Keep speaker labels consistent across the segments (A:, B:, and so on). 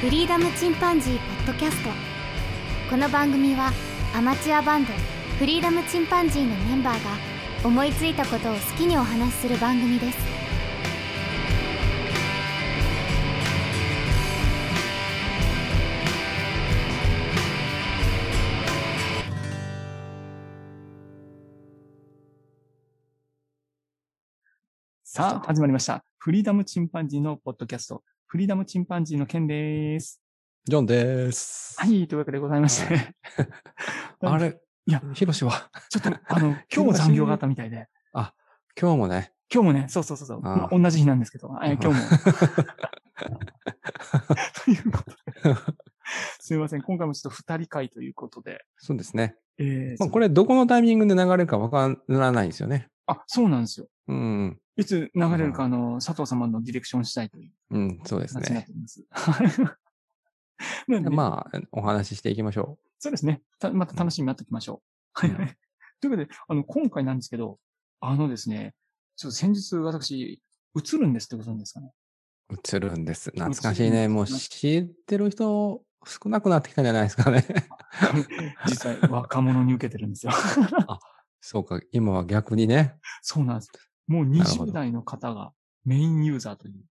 A: フリーダムチンパンジー」ポッドキャストこの番組はアマチュアバンド「フリーダムチンパンジー」のメンバーが思いついたことを好きにお話しする番組です
B: さあ、始まりました。フリーダムチンパンジーのポッドキャスト、フリーダムチンパンジーの件です。
C: ジョンです。
B: はい、というわけでございまして、
C: あれ
B: い
C: い
B: や
C: や、ヒロシは、
B: ちょっ と、あの、今日残業があったみたいで、
C: 今日もね、
B: 今日もね、そうそうそうそう、
C: あ
B: まあ同じ日なんですけど、え今日も。 ということで、すみません、今回もちょっと二人会ということで、
C: そうですね。
B: えー
C: まあ、これ、どこのタイミングで流れるかわからないんですよね。
B: あ、そうなんですよ。
C: うん、
B: いつ流れるか、あの、佐藤様のディレクションしたいという
C: うん、そうです
B: 形になっ
C: ね。
B: ています。 はい。なんで
C: まあ、お話ししていきましょ
B: そうですね。たまた楽しみになっておきましょう。は
C: う
B: い
C: ん
B: はい。 というわけで、あの、今回なんですけど、あのですね、ちょっと先日私、映るんですってご存知ですか ね。
C: う。映るんです。懐かしい
B: 映る
C: ね。
B: ん
C: もう
B: です
C: 知ってる人少なくなってきたんじゃないですか ね。
B: 実際、若者に受けてるんですよ。
C: そうか、今は逆にね。
B: そうなんです。もう
C: なるほ
B: 20
C: ど
B: 代の方がメインユーザーという、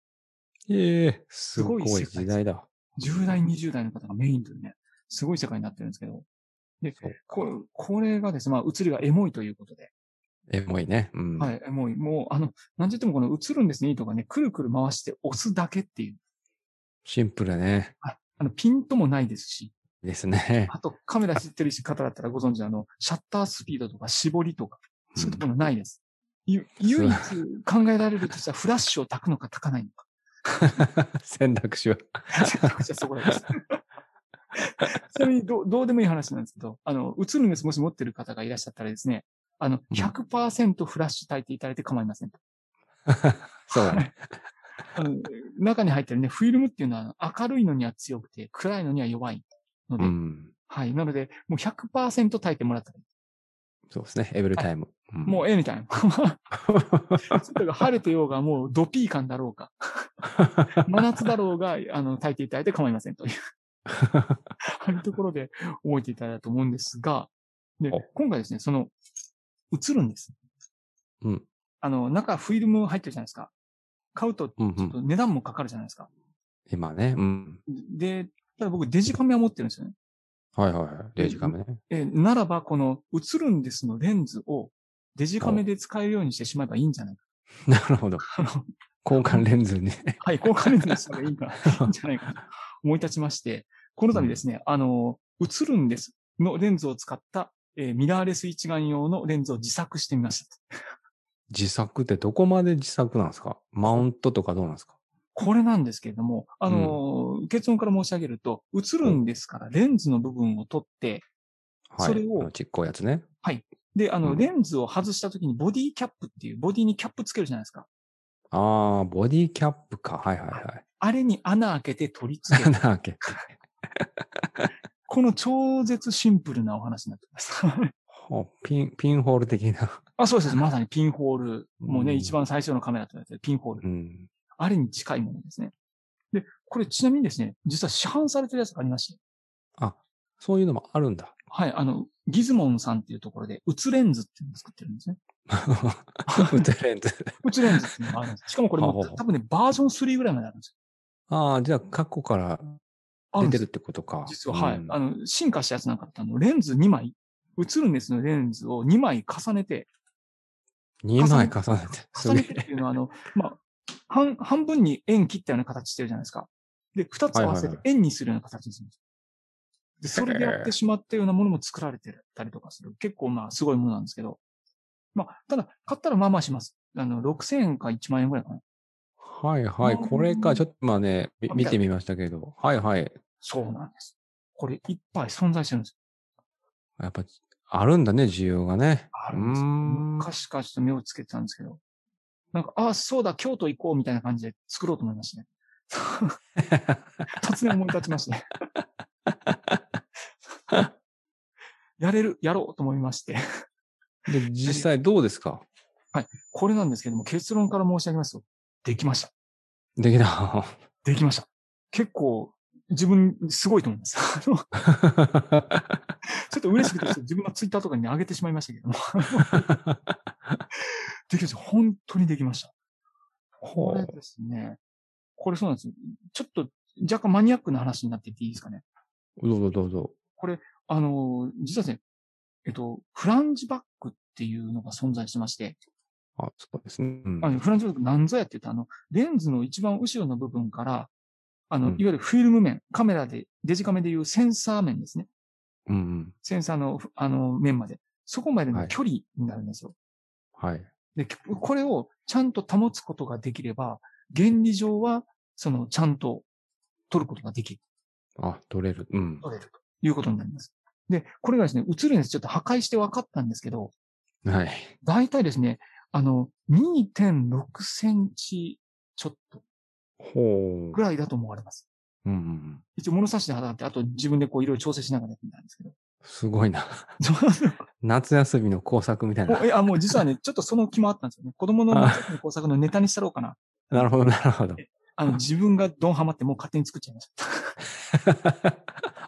C: ええすごい
B: すごい世界です
C: 時代だ。
B: 10代、20代の方がメインというね、すごい世界になってるんですけど、で
C: そうか、
B: これこれがですね、まあ、映りがエモいということで、
C: エモいね。うん。
B: はい、エモい。もう、あの、なんて言ってもこの映るんですねとかね、くるくる回して押すだけっていう、
C: シンプルね。
B: あの、ピントもないですし、
C: ですね。
B: あと、カメラ知ってる方だったらご存知、あの、シャッタースピードとか絞りとか、そういうところないです。ゆ唯一考えられるとしたら、フラッシュを焚くのか焚かないのか。
C: 選択肢は。
B: 選択肢はそこです。 ちなみにどう、どうでもいい話なんですけど、あの、映るんです、もし持ってる方がいらっしゃったらですね、あの、
C: ん
B: 100%フラッシュ焚いていただいて構いません。
C: そうだね。
B: あの中に入ってるね、フィルムっていうのはあの明るいのには強くて、暗いのには弱いので、
C: うん。
B: はい。なので、もう100%焚いてもらったら、
C: そうですね。エブリタイム。うん
B: もうエニタイム。外が晴れてようが、もうドピー感だろうか、真夏だろうが、あの、炊いていただいて構いませんという、ああいうところで覚えていただいたと思うんですが、で
C: お、
B: 今回ですね、その、映るんです。
C: うん。
B: あの、中フィルム入ってるじゃないですか。買うと、ち
C: うんう
B: ょっ
C: ん、
B: と値段もかかるじゃないですか。
C: 今ね。うん。
B: で、ただ僕デジカメは持ってるんですよね。
C: はいはいはい。デジカメね。
B: え、ならば、この映るんですのレンズをデジカメで使えるようにしてしまえばいいんじゃないか。
C: な るほど。
B: あの
C: 交換レンズに。
B: はい、交換レンズにした方がいいかな、いいんじゃないかと思い立ちまして、この度ですね、あの、映るんですのレンズを使った、えーミラーレス一眼用のレンズを自作してみました。
C: 自作ってどこまで自作なんですかマウントとかどうなんですか
B: これなんですけれども、あの、結論から申し上げると、映るんですからレンズの部分を取って、
C: はい。
B: それを
C: あのちっこいやつね。
B: で、あの、
C: うん
B: レンズを外した時にボディキャップっていう、ボディにキャップつけるじゃないですか。
C: ああ、ボディキャップか。はいはいはい。
B: あれに穴開けて取り付ける。
C: 穴開けて。
B: この超絶シンプルなお話になって ます。
C: ほうピン、ピンホール的な。
B: あ、そうです。まさにピンホール。もうね、
C: うん
B: 一番最初のカメラと言われてるピンホール。
C: うん。
B: あれに近いものですね。で、これちなみにですね、実は市販されてるやつがありまして、
C: そういうのもある んだ。
B: はい、あの、ギズモンさんっていうところで、うつレンズっていうのを作ってるんですね。
C: ウッドレンズ。
B: うつレンズっていうのがあるんです。しかもこれも
C: ほうほうほ
B: う
C: う
B: 多分ね、バージョン3ぐらいまであるんです
C: ああ、じゃあ過去から
B: よ。あ
C: 出
B: ん
C: て
B: で
C: るっ
B: す
C: てことか。
B: 実は、はい。
C: うん
B: あの、進化したやつなんかだってあの、レンズ2枚、映るんですのレンズを2枚重ねて、
C: 二枚重ねて。す
B: 重ね
C: げ
B: てって
C: え。
B: いうのは、あの、まあ、半、半分に円切ったような形してるじゃないですか。で、二つ合わせ
C: はいはい
B: て
C: は
B: 円にするような形にするんです。で、それでやってしまったようなものも作られてたりとかする。結構まあ、すごいものなんですけど。まあ、ただ、買ったらまあまあします。あの、6000円か1万円ぐらいかな。
C: はいはい。これか。ちょっとまあね、み見てみましたけど。はいはい。
B: そうなんです。これ、いっぱい存在してるんです。
C: やっぱ、あるんだね、需要がね。
B: あるんです
C: う
B: よ。
C: ーん
B: 昔からちょっと目をつけてたんですけど。なんか、ああ、そうだ、京都行こうみたいな感じで作ろうと思いましたね。突然思い立ちましたね。やれる、やろうと思いまして。
C: で、実際どうですか
B: これなんですけども、結論から申し上げますと、できました。
C: できた。
B: できました。結構、自分、すごいと思います。あのちょっと嬉しくて、ちょっと自分のツイッターとかに上げてしまいましたけども。できました。本当にできました。こ
C: ほ
B: れ
C: う
B: ですね。これそうなんですよ。ちょっと若干マニアックな話になっていっていいですかね。
C: どうぞどうぞ。
B: あの、実はですね、えっと、フランジバックっていうのが存在してまして、
C: あ、そうですね。うん
B: あのフランジバックなんぞやって言うと、あの、レンズの一番後ろの部分から、あの、
C: うん
B: いわゆるフィルム面、カメラで、デジカメでいうセンサー面ですね。
C: うんうん。
B: センサーの、ふあの、面まで。そこまで
C: は
B: の
C: い
B: 距離になるんですよ。
C: はい。
B: で、これをちゃんと保つことができれば、原理上は、その、ちゃんと撮ることができる。
C: あ、取れる。うん。
B: 取れるということになります。で、これがですね、映るんです。ちょっと破壊して分かったんですけど、
C: はい。
B: 大体ですね、あの、2.6センチちょっと
C: ほう。
B: ぐらいだと思われます。
C: うんうん。
B: 一応物差しで測って、あと自分でこういろいろ調整しながらやってみたんですけど。
C: すごいな。 夏休みの工作みたいな
B: もう。いや、もう実はね、ちょっとその気もあったんですよね。子供の夏休み工作のネタにしたろうかな。
C: なるほど、なるほ ど。
B: あの、自分がドンハマってもう勝手に作っちゃいました。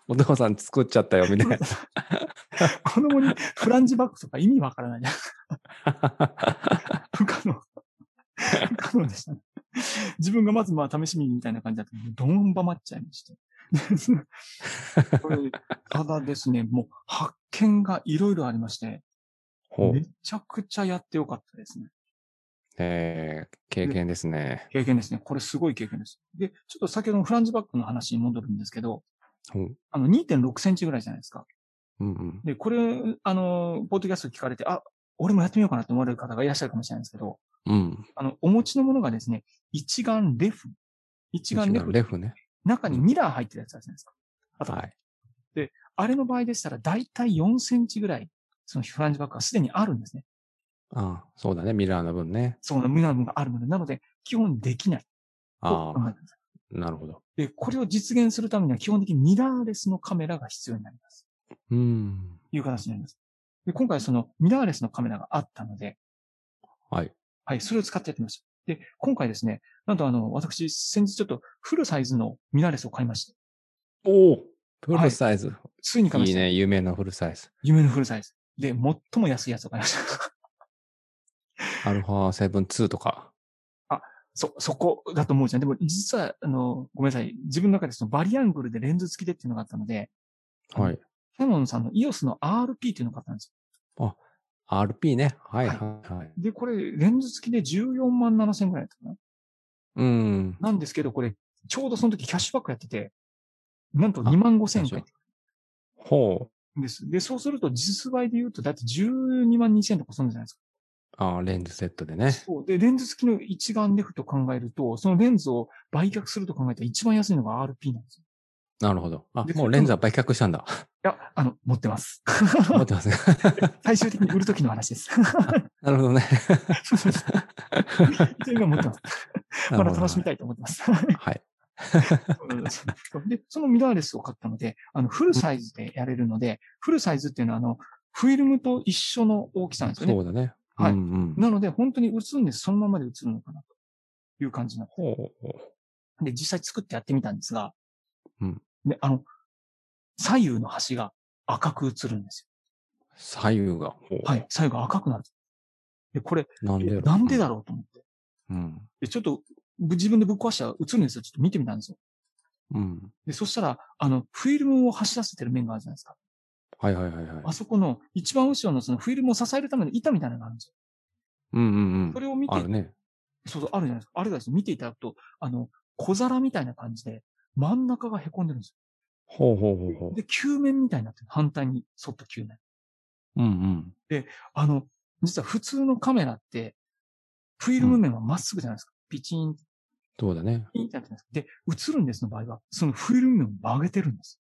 C: お父さん作っちゃったよ、み たいな。
B: 子供にフランジバックとか意味わからない。不可能。不可能でしたね。自分がまずまあ試しにみたいな感じだったので、どんばまっちゃいまして。これただですね、もう発見がいろいろありまして、
C: ほう
B: め。ちゃくちゃやってよかったですね。
C: えー、経験ですね。
B: 経験ですね。これすごい経験です。で、ちょっと先ほどのフランジバックの話に戻るんですけど、
C: ほう。
B: あの2.6センチぐらいじゃないですか。
C: うんうん。
B: で、これ、あの、ポッドキャスト聞かれて、あ、俺もやってみようかなって思われる方がいらっしゃるかもしれないんですけど、
C: うん。
B: あの、お持ちのものがですね、一眼レフ。一眼レフ。
C: レフね。
B: 中にミラー入ってるやつあるじゃないですか。あと、
C: はい。
B: あれの場合でしたら、だいたい4センチぐらい、そのフランジバックがすでにあるんですね。
C: あそうだね。ミラーの分ね。
B: そのミラー分があるので、なので、基本できないと
C: あ
B: 考え
C: あ、
B: てます。
C: なるほど。
B: で、これを実現するためには、基本的にミラーレスのカメラが必要になります。
C: うん。
B: いう形になります。で、今回そのミラーレスのカメラがあったので、
C: はい。
B: はい、それを使ってやってみました。で、今回ですね、なんとあの、私、先日ちょっとフルサイズのミラーレスを買いました。
C: おおフルサイズ。
B: ついに買いま
C: い
B: し
C: い
B: た。
C: ね。有名なフルサイズ。
B: 夢のフルサイズ。で、最も安いやつを買いました。
C: アルファ7-2とか。
B: そ、そこだと思うじゃん。でも、実は、あの、ごめんなさい。自分の中でそのバリアングルでレンズ付きでっていうのがあったので、
C: はい。
B: キャノンさんの EOS の RP っていうのがあったんです
C: RP ね。はい
B: は
C: はいいはい。
B: よ。で、これ、レンズ付きで14万7千円ぐらいだったか
C: うん。
B: な。なんですけど、これ、ちょうどその時キャッシュバックやってて、なんと2万5千円返ってく
C: ほう。
B: るんです。で、そうすると実売で言うと、だって12万2千円とかそんなんじゃないですか。
C: ああ、レンズセットでね。
B: そう。で、レンズ付きの一眼レフと考えると、そのレンズを売却すると考えたら一番安いのが RP なんですよ。
C: なるほど。あ
B: で、
C: もうレンズは売却したんだ。
B: いや、あの、持ってます。
C: 持って ますね。
B: 最終的に売るときの話です。
C: なるほどね。
B: そうそうそう一応今持ってます。まだ楽しみたいと思ってます。
C: い。はい。
B: で、そのミラーレスを買ったので、あの、フルサイズでやれるので、フルサイズっていうのは、あの、フィルムと一緒の大きさなんですよ
C: そ
B: ね。
C: うだね。
B: はい
C: うんうん。
B: なので、本当に映るんです。そのままで映るのかな、という感じなんで
C: ほうほうほ
B: す。で、実際作ってやってみたんですが、
C: うん
B: で、あの、左右の端が赤く映るんです
C: う左右が。ほう
B: よ。はい。左右が赤くなる。で、これ、
C: なんでろう
B: なんでだろうと思って。
C: うん。
B: で、ちょっと、ぶ自分でぶっ壊したら映るんですよ。ちょっと見てみたんですよ。
C: うん。
B: で、そしたら、あの、フィルムを走らせてる面があるじゃないですか。
C: はいはいはいはい
B: あ。そこの、一番後ろのそのフィルムを支えるための板みたいなのがあるんですよ。
C: うんうん
B: そ
C: うん。
B: れを見て、
C: あるね。
B: そうそう、あるじゃないですか。あれがですね、見ていただくと、あの、小皿みたいな感じで、真ん中が凹んでるんです
C: ほうほうほうほ
B: よ。で、球面みたいになってる。反対に沿った球面。
C: う。うんうん。
B: あの、実は普通のカメラって、フィルム面はまっすぐじゃないですか。ピチン、
C: そうだね。
B: ピンってなってるんです。で、映るんですの場合は、そのフィルム面を曲げてるんです。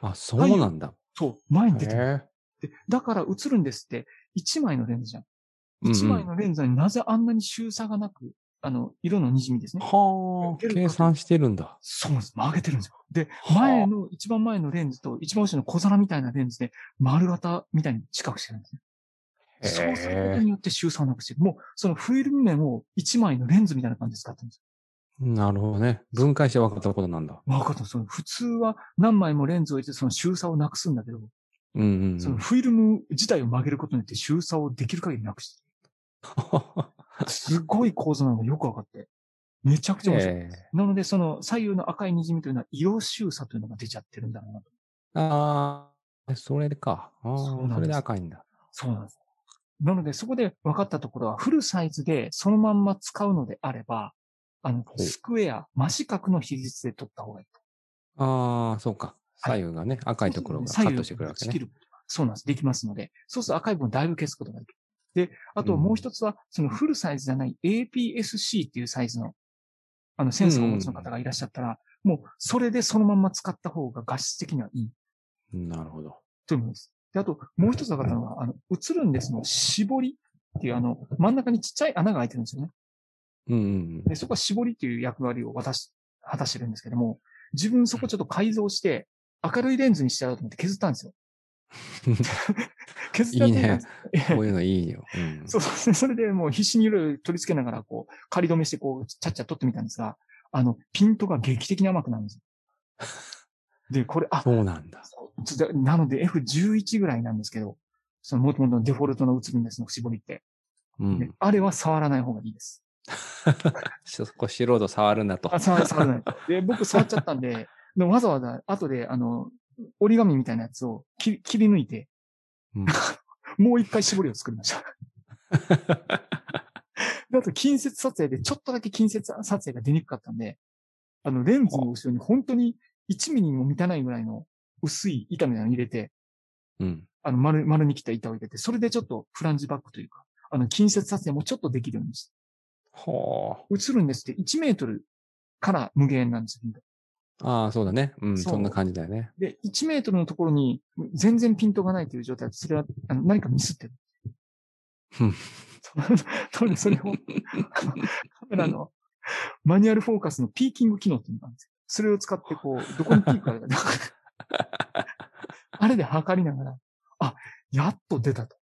C: あ、そうなんだ。
B: そう、前に
C: へ
B: 出てる。
C: え。
B: でだから映るんですって、1枚のレンズじゃん。
C: うんうん
B: 1枚のレンズになぜあんなに周差がなく、あの、色の滲みですね。
C: はあ、計算してるんだ。
B: そうなんです。曲げてるんですよ。で、
C: あ
B: 前の、一番前のレンズと一番後ろの小皿みたいなレンズで丸型みたいに近くしてるんですね。そうすること
C: へえ。
B: によって周差をなくしてる、もうそのフィルム面を一枚のレンズみたいな感じで使ってるんです
C: なるほどね。分解して分かったことなんだ。
B: わかった。その普通は何枚もレンズを置いてその周差をなくすんだけど、
C: うんうん
B: そうの
C: ん。
B: フィルム自体を曲げることによって周差をできる限りなくしてる、すごい構造なのがよくわかって、めちゃくちゃ面白い。
C: ええ
B: なので、その左右の赤い滲みというのは色周差というのが出ちゃってるんだろうなと。
C: ああ、それでか。ああ、
B: そうなんで
C: そ
B: す
C: れで赤いんだ。
B: そうなんです。なので、そこで分かったところは、フルサイズでそのまんま使うのであれば、あの、
C: う
B: スクエア、真四角の比率で取った方がいい。
C: ああ、そうか。
B: はい
C: 左右がね、赤いところがカ
B: 左
C: ッ
B: 右
C: ト
B: を
C: してくるわけ
B: 仕切
C: ね。
B: ることがそうなんです。できますので、そうすると赤い分だいぶ消すことができる。で、あともう一つは、そのフルサイズじゃない APS-C っていうサイズの、あの、センサーをお持ちの方がいらっしゃったら、もうそれでそのまんま使った方が画質的にはいい
C: なるほど。
B: というものです。で、あと、もう一つ分かったのは、あの、映るんですの絞りっていう、あの、真ん中にちっちゃい穴が開いてるんですよね。
C: うんうん
B: で、そこは絞りっていう役割を渡し、果たしてるんですけども、自分そこちょっと改造して、明るいレンズにしちゃおうと思って削ったん ですよ。削
C: い
B: った
C: い
B: とうか
C: ね。 こういうのいいよ。う ん
B: そうそうですね。それでもう必死にいろいろ取り付けながら、こう、仮止めして、こう、ちゃっちゃ取ってみたんですが、あの、ピントが劇的に甘くなるんですよ。で、これ、あ、
C: そうなんだ。
B: ちょっとなので F11 ぐらいなんですけど、その元々のデフォルトの映るんですの絞りって、
C: う
B: で
C: ん。
B: あれは触らない方がいいです。
C: そこ素人触るんだと
B: あ、。触らない、触らない。で、僕触っちゃったんで、でわざわざ後で、あの、折り紙みたいなやつを切り切り抜いて、
C: うん
B: もう一回絞りを作りました。であと、近接撮影で、ちょっとだけ近接撮影が出にくかったんで、あの、レンズの後ろに本当に1ミリにも満たないぐらいの薄い板みたいなの入れて、
C: うん。
B: あの、丸、丸に切った板を入れて、それでちょっとフランジバックというか、あの、近接撮影もちょっとできるようにして、
C: ほ
B: 映るんですって1メートルから無限なんですよ。
C: う。ああ、そうだね。うん。
B: そう
C: そんな感じだよね。
B: で、1メートルのところに全然ピントがないという状態だと、それはあの何かミスってる。
C: うん
B: 多分 それを、カメラのマニュアルフォーカスのピーキング機能っていうのがあるんですよ。それを使ってこう、どこにピークがある か。あれで測りながら、あ、やっと出たと。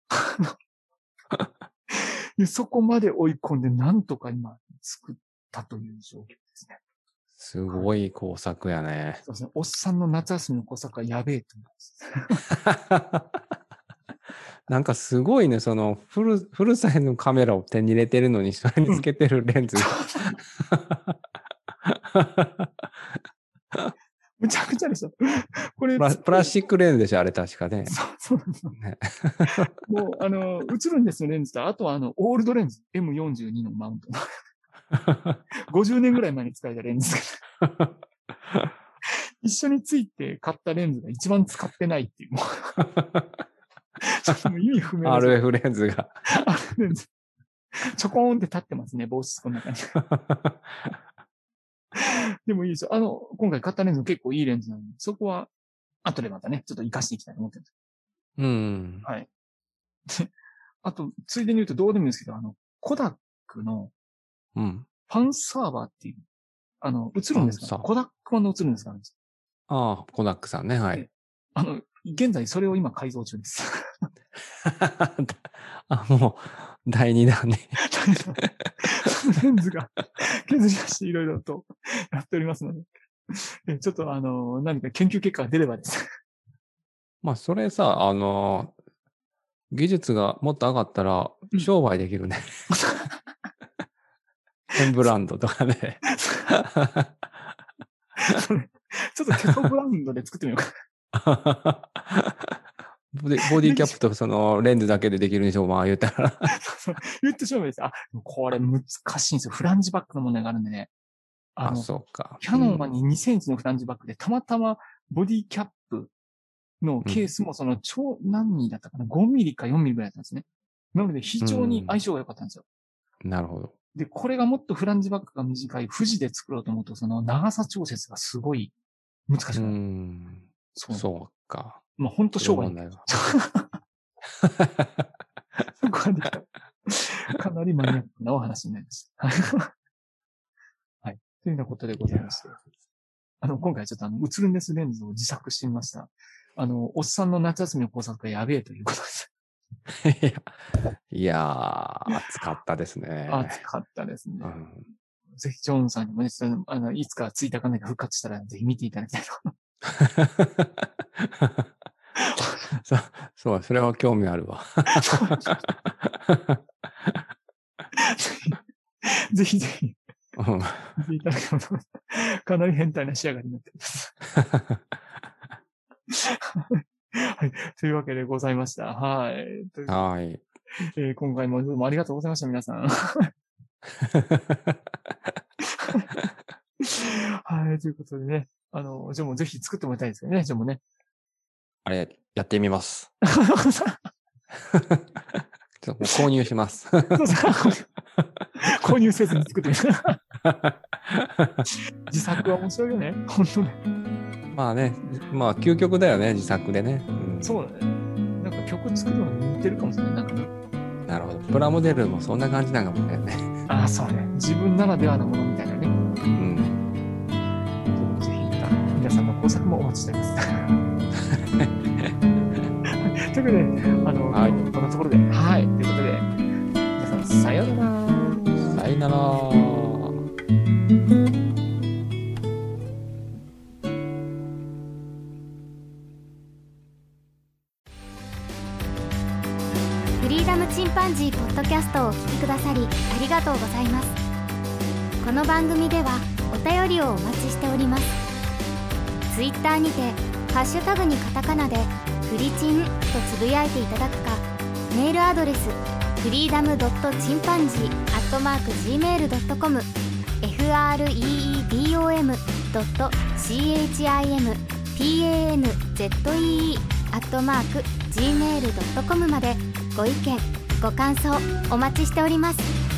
B: でそこまで追い込んで、なんとか今作ったという状況ですね。
C: すごい工作やね。
B: そうですね。おっさんの夏休みの小坂やべえと思います。
C: なんかすごいね、そのフル、フルサイズのカメラを手に入れてるのに、それにつけてるレンズ。
B: むちゃくちゃでしょ。 これ、
C: プラ
B: そう
C: プラスチックレンズでしょ、あれ確かね。
B: そうなんですよ
C: ね
B: もう、あの、映るんですよ、レンズと。あとは、あの、オールドレンズ。M42 のマウント。50年ぐらい前に使えたレンズ。 一緒について買ったレンズが一番使ってないっていう、もう、ちょっともう意味不明な
C: RF レンズが。
B: レンズ。 ちょこーんって立ってますね、帽子こんな 感じ。でもいいですよ。あの、今回買ったレンズも結構いいレンズなので、そこは、後でまたね、ちょっと活かしていきたいと思ってるんです。
C: うん。
B: はい。で、あと、ついでに言うとどうでもいいんですけど、あの、コダックの
C: うん。
B: ファンサーバーっていう、あの、映るんです
C: ファンサ
B: か
C: ー
B: コダック版の映るんですか
C: ああ、コダックさんね、はい。
B: あの、現在それを今改造中です。
C: あ、もう、第2弾ね。
B: レンズが 削り出していろいろと やっておりますので。えちょっとあの、何か研究結果が出ればです。
C: まあ、それさ、あのー技術がもっと上がったら
B: うん、
C: 商売でき るね。 エンブランドと かね。
B: ちょっとテトブラウンドで作ってみようか。
C: ボディボディキャップとそのレンズだけでできるでしょ、まあ言ったら。
B: 言ってしまえばです。あ、これ難しいんですよ。フランジバックの問題があるんでね。 あ
C: あ、
B: の、
C: そうか。
B: キャノンは
C: うん
B: に2センチのフランジバックで、たまたまボディキャップのケースもその超何ミリだったかな ?5 ミリか4ミリぐらいだったんですね。なので非常に相性が良かったんですよ。
C: なるほど。
B: で、これがもっとフランジバックが短い富士で作ろうと思うと、その長さ調節がすごい難しく
C: う
B: なる。
C: ん。
B: そう。
C: そうか。
B: まあ本当商売
C: 問
B: に
C: 題が。
B: そこはできた かなりマニアックなお話になります。はい。というようなことでございまして。あの、今回ちょっとあの、映るんですレンズを自作してみました。あの、おっさんの夏休みの工作がやべえということです。
C: いや、いやー、暑かったですね。
B: 暑かったですね
C: う。ん
B: ぜひ、ジョンさんにもね、そのあの、いつかツイッターか何か復活したら、ぜひ見ていただきたいと。
C: そそう、それは興味あるわ。
B: ぜひぜひ、
C: うん
B: 見ていただければと思いますかなり変態な仕上がりになっております。はい。というわけでございました。はい。という
C: はい。
B: えー今回もどうもありがとうございました、皆さん。 はい。ということでね。あの、じゃあもうぜひ作ってもらいたいですよね、じゃあもう ね。
C: あれ、やってみます。 ちょっともう購入します。
B: 購入せずに作ってみ た。自作は面白いよね。本当ね。
C: まあね、まあ究極だよね、自作でね。うん
B: そうだね。なんか曲作るのに似てるかもしれない。なんかね。
C: なるほど。プラモデルもそんな感じなんかもね。
B: ああ、そうね。自分ならではのものみたいなね。
C: うん。
B: ぜひ、あの皆さんの工作もお待ちしており ます。ということで、あの、
C: はい
B: このところで、はい。ということで、皆さん、さようなら。
C: さよなら。
A: フリーダムチンパンジーポッドキャストをお聞きくださりありがとうございますこの番組ではお便りをお待ちしておりますツイッターにてハッシュタグにカタカナでフリチンとつぶやいていただくかメールアドレスフリーダムドットチンパンジーアットマーク gmail.com freedom ドット chimpanzee アットマーク gmail.com までご意見ご感想お待ちしております